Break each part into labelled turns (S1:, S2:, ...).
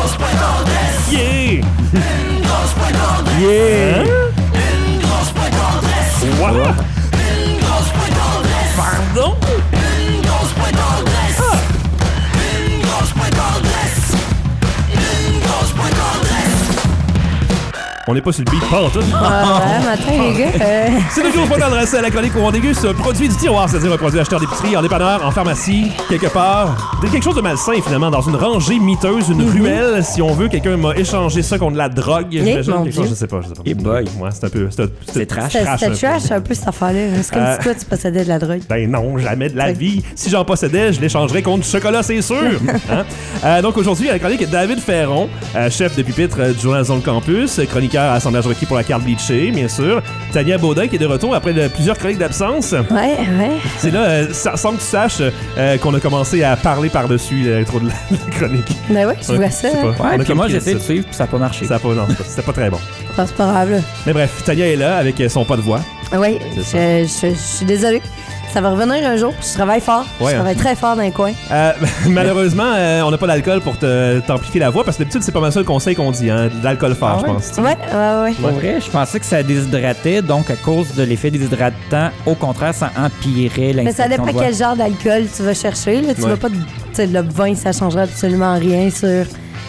S1: Hein? On n'est pas sur le hein? beat, pas en tout.
S2: Ah, matin, les gars. Euh,
S1: C'est toujours pas d'adresser à la chronique où on déguste un produit du tiroir, c'est-à-dire un produit acheteur d'épicerie, en dépanneur, en pharmacie, quelque part. Des- Quelque chose de malsain, finalement, dans une rangée miteuse,
S2: Mhm.
S1: une ruelle, si on veut. Quelqu'un m'a échangé ça contre la drogue. j'imagine,
S2: Eh, mon
S1: quelque
S2: Dieu.
S1: chose, je sais pas, je sais pas.
S3: Eh boy.
S1: Ouais, c'est un peu... C'est un-
S3: C'est trash.
S1: c'est
S2: C'était
S1: Ah, un peu.
S2: trash un peu cette affaire-là. C'est comme
S1: Euh,
S2: si toi, tu possédais de la drogue.
S1: Ben non, jamais de la
S2: Ouais.
S1: vie. Si j'en possédais, je l'échangerais contre du chocolat, c'est sûr. Hein? Euh, donc aujourd'hui, à la chronique, David Ferron, euh, chef de pupitre euh, du journal Zone Campus, euh, chroniqueur à assemblage requis pour la carte bleachée, bien sûr. Tania Baudin qui est de retour après de- plusieurs chroniques d'absence.
S2: Ouais, ouais.
S1: C'est là, euh, sa- sans que tu saches euh, qu'on a commencé à parler par-dessus euh, trop de la, la chronique.
S2: Ben ouais, je
S1: Ouais,
S2: vois
S1: je
S2: ça.
S1: sais
S2: hein.
S1: On a
S3: Ouais, puis moi,
S1: compris
S3: j'essaie de
S1: ça.
S3: suivre, puis ça n'a pas marché.
S1: Ça a pas, non, c'est pas- c'était pas très bon.
S2: Enfin, C'est pas grave, là.
S1: Mais bref, Tania est là avec euh, son pas de voix.
S2: Oui,
S1: C'est
S2: je, je- je suis désolée. Ça va revenir un jour. Je travaille fort.
S1: Ouais,
S2: je
S1: hein.
S2: travaille très fort dans les coins.
S1: Euh, malheureusement, euh, on n'a pas d'alcool pour te- t'amplifier la voix parce que d'habitude, c'est pas mal ça le conseil qu'on dit, hein, de l'alcool fort,
S3: Ah
S1: je
S3: ouais?
S1: pense.
S2: Ouais, ouais, ouais.
S3: Pour vrai, je pensais que ça déshydratait, donc à cause de l'effet déshydratant, au contraire, ça empirait l'infection.
S2: Mais ça dépend
S3: de voix.
S2: quel genre d'alcool tu vas chercher. Là. Tu
S1: Ouais.
S2: vas pas. de- Tu sais, le vin, ça changera absolument rien sur l-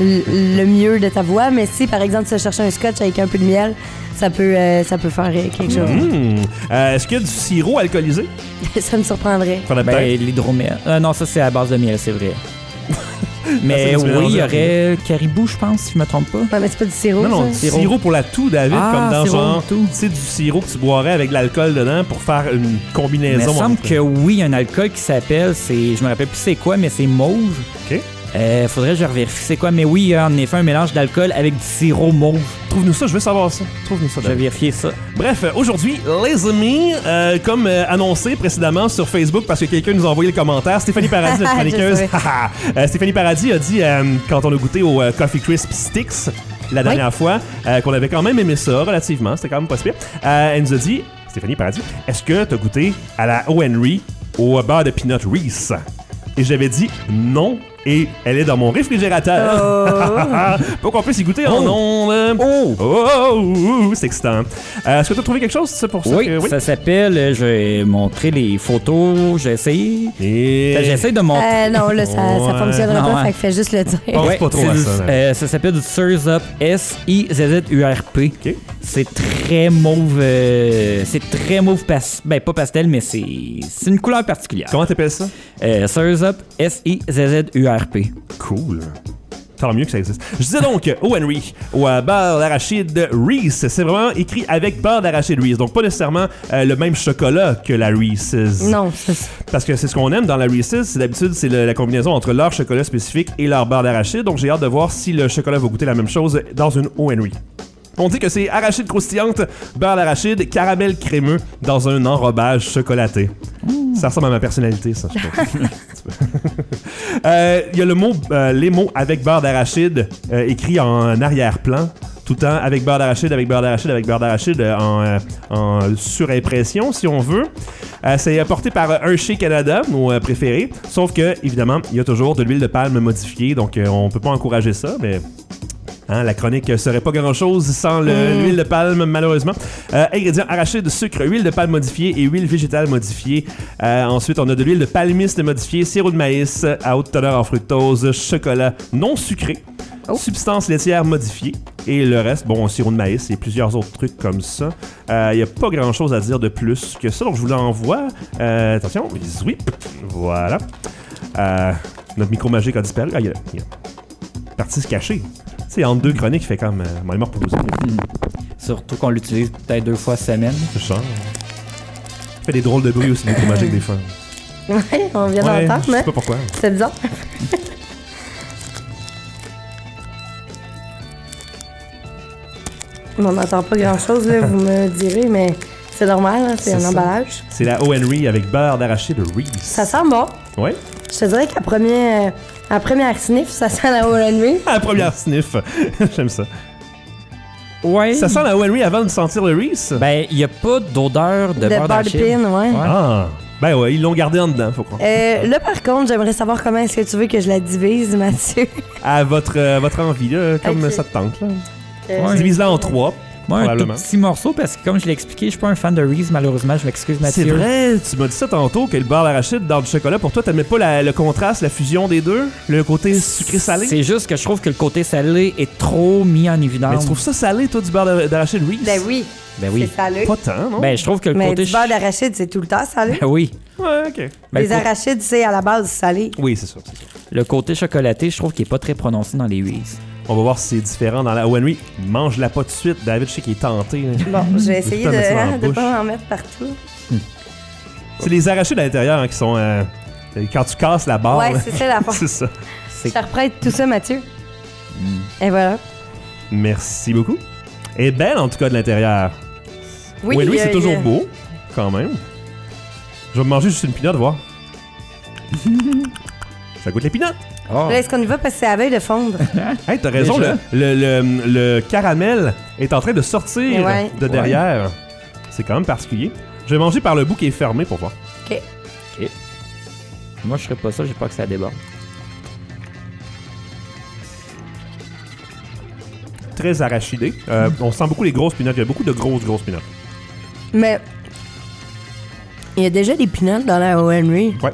S2: le mieux de ta voix. Mais si, par exemple, tu vas chercher un scotch avec un peu de miel, ça peut, euh, ça peut faire euh, quelque chose.
S1: Hmm. Euh, Est-ce qu'il y a du sirop alcoolisé?
S2: ça me surprendrait.
S1: Faudrait peut-être.
S3: Ben, l'hydromel. Euh, non, ça, c'est à base de miel, c'est vrai.
S1: Ça, c'est
S3: Mais
S1: du mélange
S3: oui, il y
S1: de
S3: aurait caribou, je pense, si je me trompe pas.
S2: Ouais, mais c'est pas du sirop.
S1: non, non, du
S2: ça.
S1: sirop. pour la toux, David,
S3: Ah,
S1: comme dans
S3: sirop
S1: genre,
S3: de toux.
S1: tu sais, du sirop que tu boirais avec de l'alcool dedans pour faire une
S3: Il me
S1: combinaison.
S3: semble
S1: entre-
S3: que oui, il y a un alcool qui s'appelle, c'est, je me rappelle plus c'est quoi, mais c'est mauve.
S1: Ok.
S3: Euh, faudrait que je revérifie c'est quoi, mais oui, il y a en effet un mélange d'alcool avec du sirop mauve.
S1: Trouve-nous ça, je veux savoir ça. Trouve-nous ça,
S3: Je vais
S1: David.
S3: vérifier ça.
S1: Bref, euh, aujourd'hui, les amis, euh, comme euh, annoncé précédemment sur Facebook, parce que quelqu'un nous a envoyé le commentaire, Stéphanie Paradis, notre
S2: Je
S1: chroniqueuse,
S2: savais.
S1: euh, Stéphanie Paradis a dit, euh, quand on a goûté au euh, Coffee Crisp Sticks la dernière fois, euh, qu'on avait quand même aimé ça relativement, c'était quand même pas si pire. Euh, elle nous a dit, Stéphanie Paradis, est-ce que t'as goûté à la O'Henry au beurre de peanut Reese? Et j'avais dit non, et elle est dans mon réfrigérateur. Pour qu'on puisse y goûter en ondes.
S3: Oh!
S1: Oh, oh, oh, c'est excitant. Euh, Est-ce que tu as trouvé quelque chose c'est pour ça?
S3: Oui,
S1: que-
S3: ça s'appelle, euh, je vais montrer les photos, j'ai essayé.
S1: Et...
S3: J'essaie de montrer.
S2: Euh, non, là, ça, ça
S1: Ouais.
S2: fonctionnera
S3: Non,
S2: pas.
S3: ouais.
S2: Fait que fais juste le dire.
S1: Pense pas trop
S3: c'est
S1: à
S3: du-
S1: ça, là.
S3: euh, ça s'appelle du Sirs Up, S-I-Z-Z-U-R-P.
S1: Ok.
S3: C'est très mauve. euh, c'est très mauve, pas- ben pas pastel, mais c'est c'est une couleur particulière.
S1: Comment t'appelles ça?
S3: Euh, Sirs Up, S-I-Z-Z-U-R-P.
S1: Cool. Tant mieux que ça existe. Je disais donc, O Henry, ou à beurre d'arachide Reese. C'est vraiment écrit avec beurre d'arachide Reese. Donc, pas nécessairement euh, le même chocolat que la Reese's.
S2: Non, ça, c'est-
S1: Parce que c'est ce qu'on aime dans la Reese's. C'est d'habitude, c'est le- la combinaison entre leur chocolat spécifique et leur beurre d'arachide. Donc, j'ai hâte de voir si le chocolat va goûter la même chose dans une O Henry. On dit que c'est arachide croustillante, beurre d'arachide, caramel crémeux dans un enrobage chocolaté. Ça ressemble à ma personnalité, ça, je pense. Euh, Il y a le mot, euh, les mots avec beurre d'arachide euh, écrit en arrière-plan, tout le temps avec beurre d'arachide, avec beurre d'arachide, avec beurre d'arachide euh, en, euh, en surimpression, si on veut. Euh, c'est apporté par euh, Hershey Canada, nos euh, préférés. Sauf que, évidemment, il y a toujours de l'huile de palme modifiée, donc euh, on peut pas encourager ça, mais. Hein, la chronique serait pas grand-chose sans le- l'huile de palme, malheureusement. Euh, ingrédients arachide, sucre, huile de palme modifiée et huile végétale modifiée. Euh, ensuite, on a de l'huile de palmiste modifiée, sirop de maïs à haute teneur en fructose, chocolat non sucré, substance laitière modifiée et le reste, bon, sirop de maïs et plusieurs autres trucs comme ça. Il n'y a pas grand-chose à dire de plus que ça, donc je vous l'envoie. Euh, attention, whip, voilà. Euh, notre micro magique a disparu. Ah, il est là, il est là. Parti se cacher. Tu sais, entre deux chroniques, il fait comme. Euh, moi, il m'a reposé.
S3: Surtout qu'on l'utilise peut-être deux fois semaine.
S1: Je chante. Il fait des drôles de bruit aussi, le micro magique, des fois.
S2: Ouais, on vient
S1: Ouais,
S2: d'entendre,
S1: je sais
S2: hein?
S1: pas pourquoi.
S2: C'est bizarre. Bon, on n'entend pas grand-chose, là, vous me direz, mais c'est normal, hein, c'est
S1: C'est
S2: un
S1: ça.
S2: emballage.
S1: C'est la O'Henry avec beurre d'arachide Reese.
S2: Ça sent bon.
S1: Ouais.
S2: Je te dirais qu'à premier, euh, à première sniff, ça sent la O'Henry.
S1: Ah, première sniff. J'aime ça.
S3: Ouais.
S1: Ça sent la O'Henry avant de sentir le Reese?
S3: Ben, il n'y a pas d'odeur de,
S2: De
S3: beurre
S2: bar de
S3: d'arachide.
S2: pin, ouais.
S3: Ouais.
S1: Ah. Ben ouais, ils l'ont gardé en dedans, faut croire.
S3: Eh.
S2: Euh, là, par contre, j'aimerais savoir comment est-ce que tu veux que je la divise, Mathieu.
S1: À votre, euh, votre envie, là, comme
S2: Ok.
S1: ça te tente. là.
S2: Euh,
S3: Ouais.
S1: Divise-la en trois.
S3: Moi, un tout
S1: Probablement.
S3: petit morceau parce que, comme je l'ai expliqué, je suis pas un fan de Reese, malheureusement. Je m'excuse, Mathieu.
S1: C'est vrai, tu m'as dit ça tantôt, que le beurre d'arachide dans le chocolat, pour toi, t'aimais pas la- le contraste, la fusion des deux? Le côté sucré-salé?
S3: C'est juste que je trouve que le côté salé est trop mis en évidence.
S1: Mais tu trouves ça salé, toi, du beurre d'ar- d'arachide, Reese?
S2: Ben oui,
S3: Ben oui.
S2: c'est salé.
S1: Pas tant, non?
S3: Ben, je trouve que le
S2: Oh. Mais
S3: côté.
S2: du beurre d'arachide, c'est tout le temps salé.
S3: Ben oui.
S1: Ouais, ok.
S3: Ben, le
S2: les
S3: co-
S2: arachides, c'est à la base salé.
S1: Oui, c'est ça. c'est ça.
S3: Le côté chocolaté, je trouve qu'il est pas très prononcé dans les Reese.
S1: On va voir si c'est différent dans la. Oh, Henry, mange-la pas tout de suite. David, je sais qu'il est tenté. là.
S2: Bon, je vais essayer
S1: Putain, mais ça va en
S2: de ne
S1: bouche.
S2: pas en mettre partout.
S1: C'est les arachides à l'intérieur hein, qui sont. euh, euh, quand tu casses la barre.
S2: ouais,
S1: là.
S2: c'est ça la fin.
S1: c'est Hmm. ça.
S2: Je te reprête tout ça, Mathieu. Et voilà.
S1: Merci beaucoup. Et belle, en tout cas, de l'intérieur.
S2: Oui, euh,
S1: Henry,
S2: il y a-
S1: c'est toujours
S2: il y a-
S1: beau, quand même. Je vais me manger juste une pinotte, voir. ça goûte les pinottes.
S3: Oh.
S2: Là, est-ce qu'on y va parce que c'est à veille de fondre?
S1: Hey, t'as raison, le,
S3: Déjà?
S1: le, le- le caramel est en train de sortir
S2: Ouais.
S1: de derrière. C'est quand même particulier. Je vais manger par le bout qui est fermé pour voir.
S2: OK.
S3: Moi, je ferais pas ça, j'ai pas que ça déborde.
S1: Très arachidé. Euh, On sent beaucoup les grosses pinottes. Il y a beaucoup de grosses, grosses pinottes.
S2: Mais il y a déjà des pinottes dans la ONU.
S1: Ouais.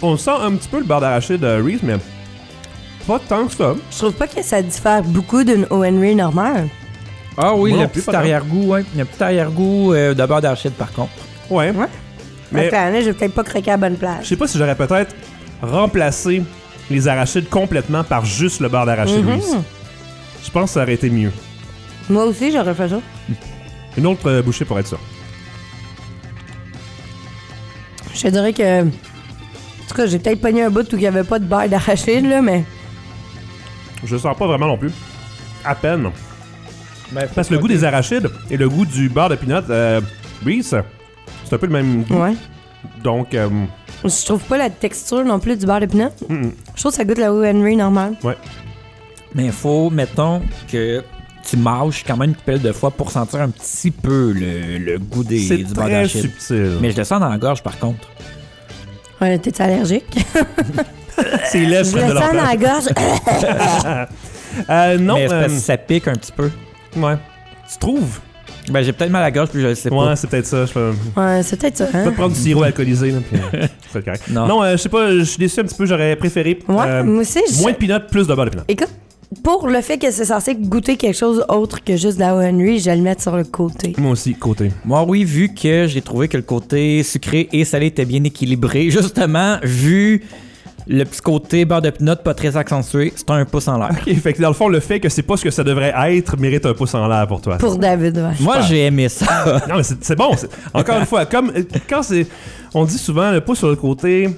S1: On sent un petit peu le beurre d'arachide euh, Reese, mais pas tant que ça.
S2: Je trouve pas que ça diffère beaucoup d'une ONU normale.
S3: Ah oui,
S1: Moi non
S3: le
S1: plus,
S3: petit
S1: pas tant.
S3: arrière-goût, ouais. Le petit arrière-goût euh, de beurre d'arachide, par contre.
S1: Ouais. Mais-
S2: Attends, là, je vais peut-être pas croquer à la bonne
S1: Je
S2: place.
S1: sais pas si j'aurais peut-être remplacé les arachides complètement par juste le beurre d'arachide
S2: Mhm.
S1: Reese. Je pense que ça aurait été mieux.
S2: Moi aussi, j'aurais fait ça.
S1: Une autre euh, bouchée pour être sûr.
S2: Je te dirais que. En tout cas, j'ai peut-être pogné un bout où il y avait pas de beurre d'arachide, là, mais.
S1: Je le sens pas vraiment non plus. À peine.
S3: Ben,
S1: Parce que le goût des arachides et le goût du beurre de peanut euh, Reese, c'est un peu le même goût.
S2: Ouais.
S1: Donc, euh,
S2: Je trouve pas la texture non plus du beurre de pinot.
S1: Mm, mm.
S2: Je trouve que ça goûte la ONU normale.
S3: Mais faut, mettons, que tu mâches quand même une pelle de fois pour sentir un petit peu le, le goût des,
S1: c'est
S3: du beurre
S1: très
S3: d'arachide.
S1: subtil.
S3: Mais je le sens dans la gorge, par contre.
S2: Ouais, t'es allergique?
S1: c'est lèvres
S2: Je
S1: prennent de
S2: le
S1: leur
S2: sens dans la
S1: place.
S2: gorge.
S1: Euh, non,
S3: mais c'est
S1: euh,
S3: parce que ça pique un petit peu.
S1: ouais. Tu trouves?
S3: Ben, j'ai peut-être mal à la gorge, puis je le sais
S1: Ouais, c'est peut-être ça. Je peux,
S2: ouais, c'est peut-être ça,
S1: je peux
S2: hein?
S1: te prendre du sirop alcoolisé. là, puis, euh, c'est correct.
S3: Non.
S1: Non, euh, je sais pas, je suis déçu un petit peu. J'aurais préféré
S2: Ouais,
S1: euh,
S2: moi aussi, je.
S1: moins de peanut, plus de beurre de peanut.
S2: Écoute, pour le fait que c'est censé goûter quelque chose autre que juste de la ONU, je vais le mettre sur le côté.
S1: Moi aussi, côté.
S3: pas. Moi, oui, vu que j'ai trouvé que le côté sucré et salé était bien équilibré, justement, vu le petit côté beurre de pinot pas très accentué, c'est un pouce en l'air.
S1: Ok, fait que dans le fond, le fait que c'est pas ce que ça devrait être mérite un pouce en l'air pour toi.
S2: Pour David, ouais.
S3: Moi, j'ai aimé ça.
S1: Non, mais c'est c'est bon. c'est- Encore une fois, comme euh, quand c'est, on dit souvent le pouce sur le côté.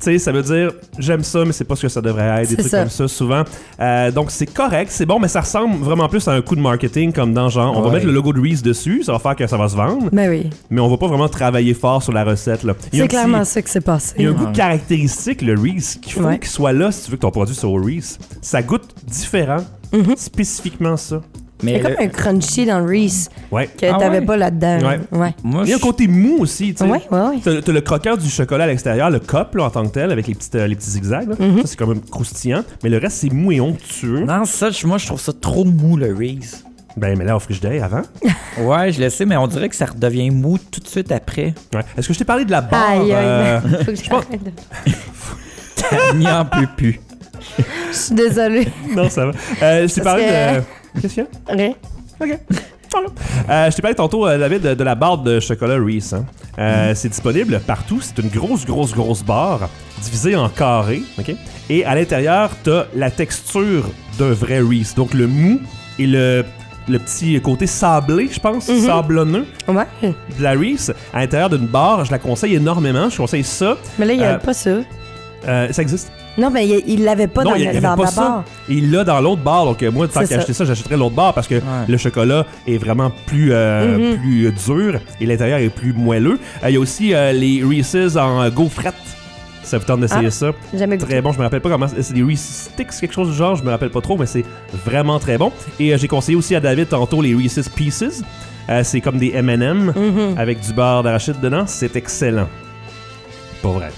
S1: Tu sais, ça veut dire j'aime ça, mais c'est pas ce que ça devrait être, des
S2: C'est
S1: trucs
S2: ça.
S1: comme ça souvent. Euh, donc c'est correct, c'est bon, mais ça ressemble vraiment plus à un coup de marketing comme dans genre on va
S3: Ouais.
S1: mettre le logo de Reese dessus, ça va faire que ça va se vendre,
S2: Ben oui,
S1: mais on va pas vraiment travailler fort sur la recette là. Il y a un
S2: c'est
S1: petit-
S2: clairement ça qui s'est passé.
S1: il y a un goût
S3: Ouais.
S1: caractéristique, le Reese, qu'il faut
S2: Ouais.
S1: qu'il soit là si tu veux que ton produit soit au Reese. Ça goûte différent,
S2: Mm-hmm.
S1: spécifiquement ça.
S2: Il y
S3: Mais
S2: a comme
S3: le-
S2: un crunchy dans le Reese
S1: Ouais.
S2: que
S3: Ah
S2: t'avais
S3: ouais?
S2: pas là-dedans.
S1: Ouais.
S2: Ouais.
S3: moi,
S1: Il y a un
S3: je-
S1: côté mou aussi, tu sais.
S2: Ouais, ouais, ouais.
S1: T'as t'as le croquant du chocolat à l'extérieur, le cop là, en tant que tel, avec les, petites, euh, les petits zigzags. là.
S2: Mhm.
S1: Ça, c'est quand même croustillant. Mais le reste, c'est mou et onctueux.
S3: Non, ça, je- moi, je trouve ça trop mou, le Reese.
S1: Ben, mais là, au frigidaire avant.
S3: Ouais, je le sais, mais on dirait que ça redevient mou tout de suite après.
S1: Ouais. Est-ce que je t'ai parlé de la barre?
S2: Aïe,
S1: euh,
S2: aïe. Faut que j'arrête.
S3: Il n'y en peut plus.
S2: Je suis désolée.
S1: non, ça va. Euh, je t'ai
S2: Parce
S1: parlé
S2: que-
S1: de. Qu'est-ce qu'il y a?
S2: Rien.
S1: OK. Voilà. Euh, je t'ai parlé tantôt, euh, David, de, de la barre de chocolat Reese. hein. Euh, C'est disponible partout. C'est une grosse, grosse, grosse barre divisée en carrés. OK? Et à l'intérieur, t'as la texture d'un vrai Reese. Donc le mou et le, le petit côté sablé, je pense, sablonneux
S2: Ouais.
S1: de la Reese à l'intérieur d'une barre. Je la conseille énormément. Je conseille ça.
S2: Mais là, il y a
S1: Euh,
S2: pas ça.
S1: Euh, ça existe.
S2: Non, mais il- il l'avait pas
S1: non,
S2: dans
S1: il y- il y
S2: le
S1: avait
S2: dans
S1: pas
S2: la
S1: ça.
S2: barre.
S1: Et il l'a dans l'autre bar. Donc, euh, moi, tant
S2: C'est
S1: qu'à
S2: ça.
S1: acheter ça, j'achèterais l'autre bar parce que
S3: Ouais.
S1: le chocolat est vraiment plus, euh,
S2: Mm-hmm.
S1: plus euh, dur et l'intérieur est plus moelleux. Euh, Il y a aussi euh, les Reese's en euh, gaufrette. Ça vous tente d'essayer
S2: Ah.
S1: ça.
S2: Jamais goûté.
S1: Très bon, je me rappelle pas comment. C'est des Reese's Sticks, quelque chose du genre, je me rappelle pas trop, mais c'est vraiment très bon. Et euh, j'ai conseillé aussi à David tantôt les Reese's Pieces. Euh, c'est comme des MM
S2: Mhm.
S1: avec du beurre d'arachide dedans. C'est excellent. Pas vrai.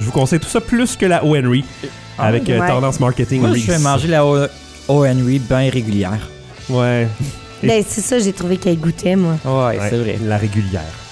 S1: Je vous conseille tout ça plus que la O'Henry avec euh,
S2: Ah, ouais.
S1: tendance marketing
S3: Moi,
S1: Reese.
S3: je vais manger la O. O. Henry bien régulière.
S1: Ouais. Et-
S4: Ben, c'est ça, j'ai trouvé qu'elle goûtait, moi.
S2: Ouais,
S1: Ouais,
S2: c'est vrai.
S1: La régulière.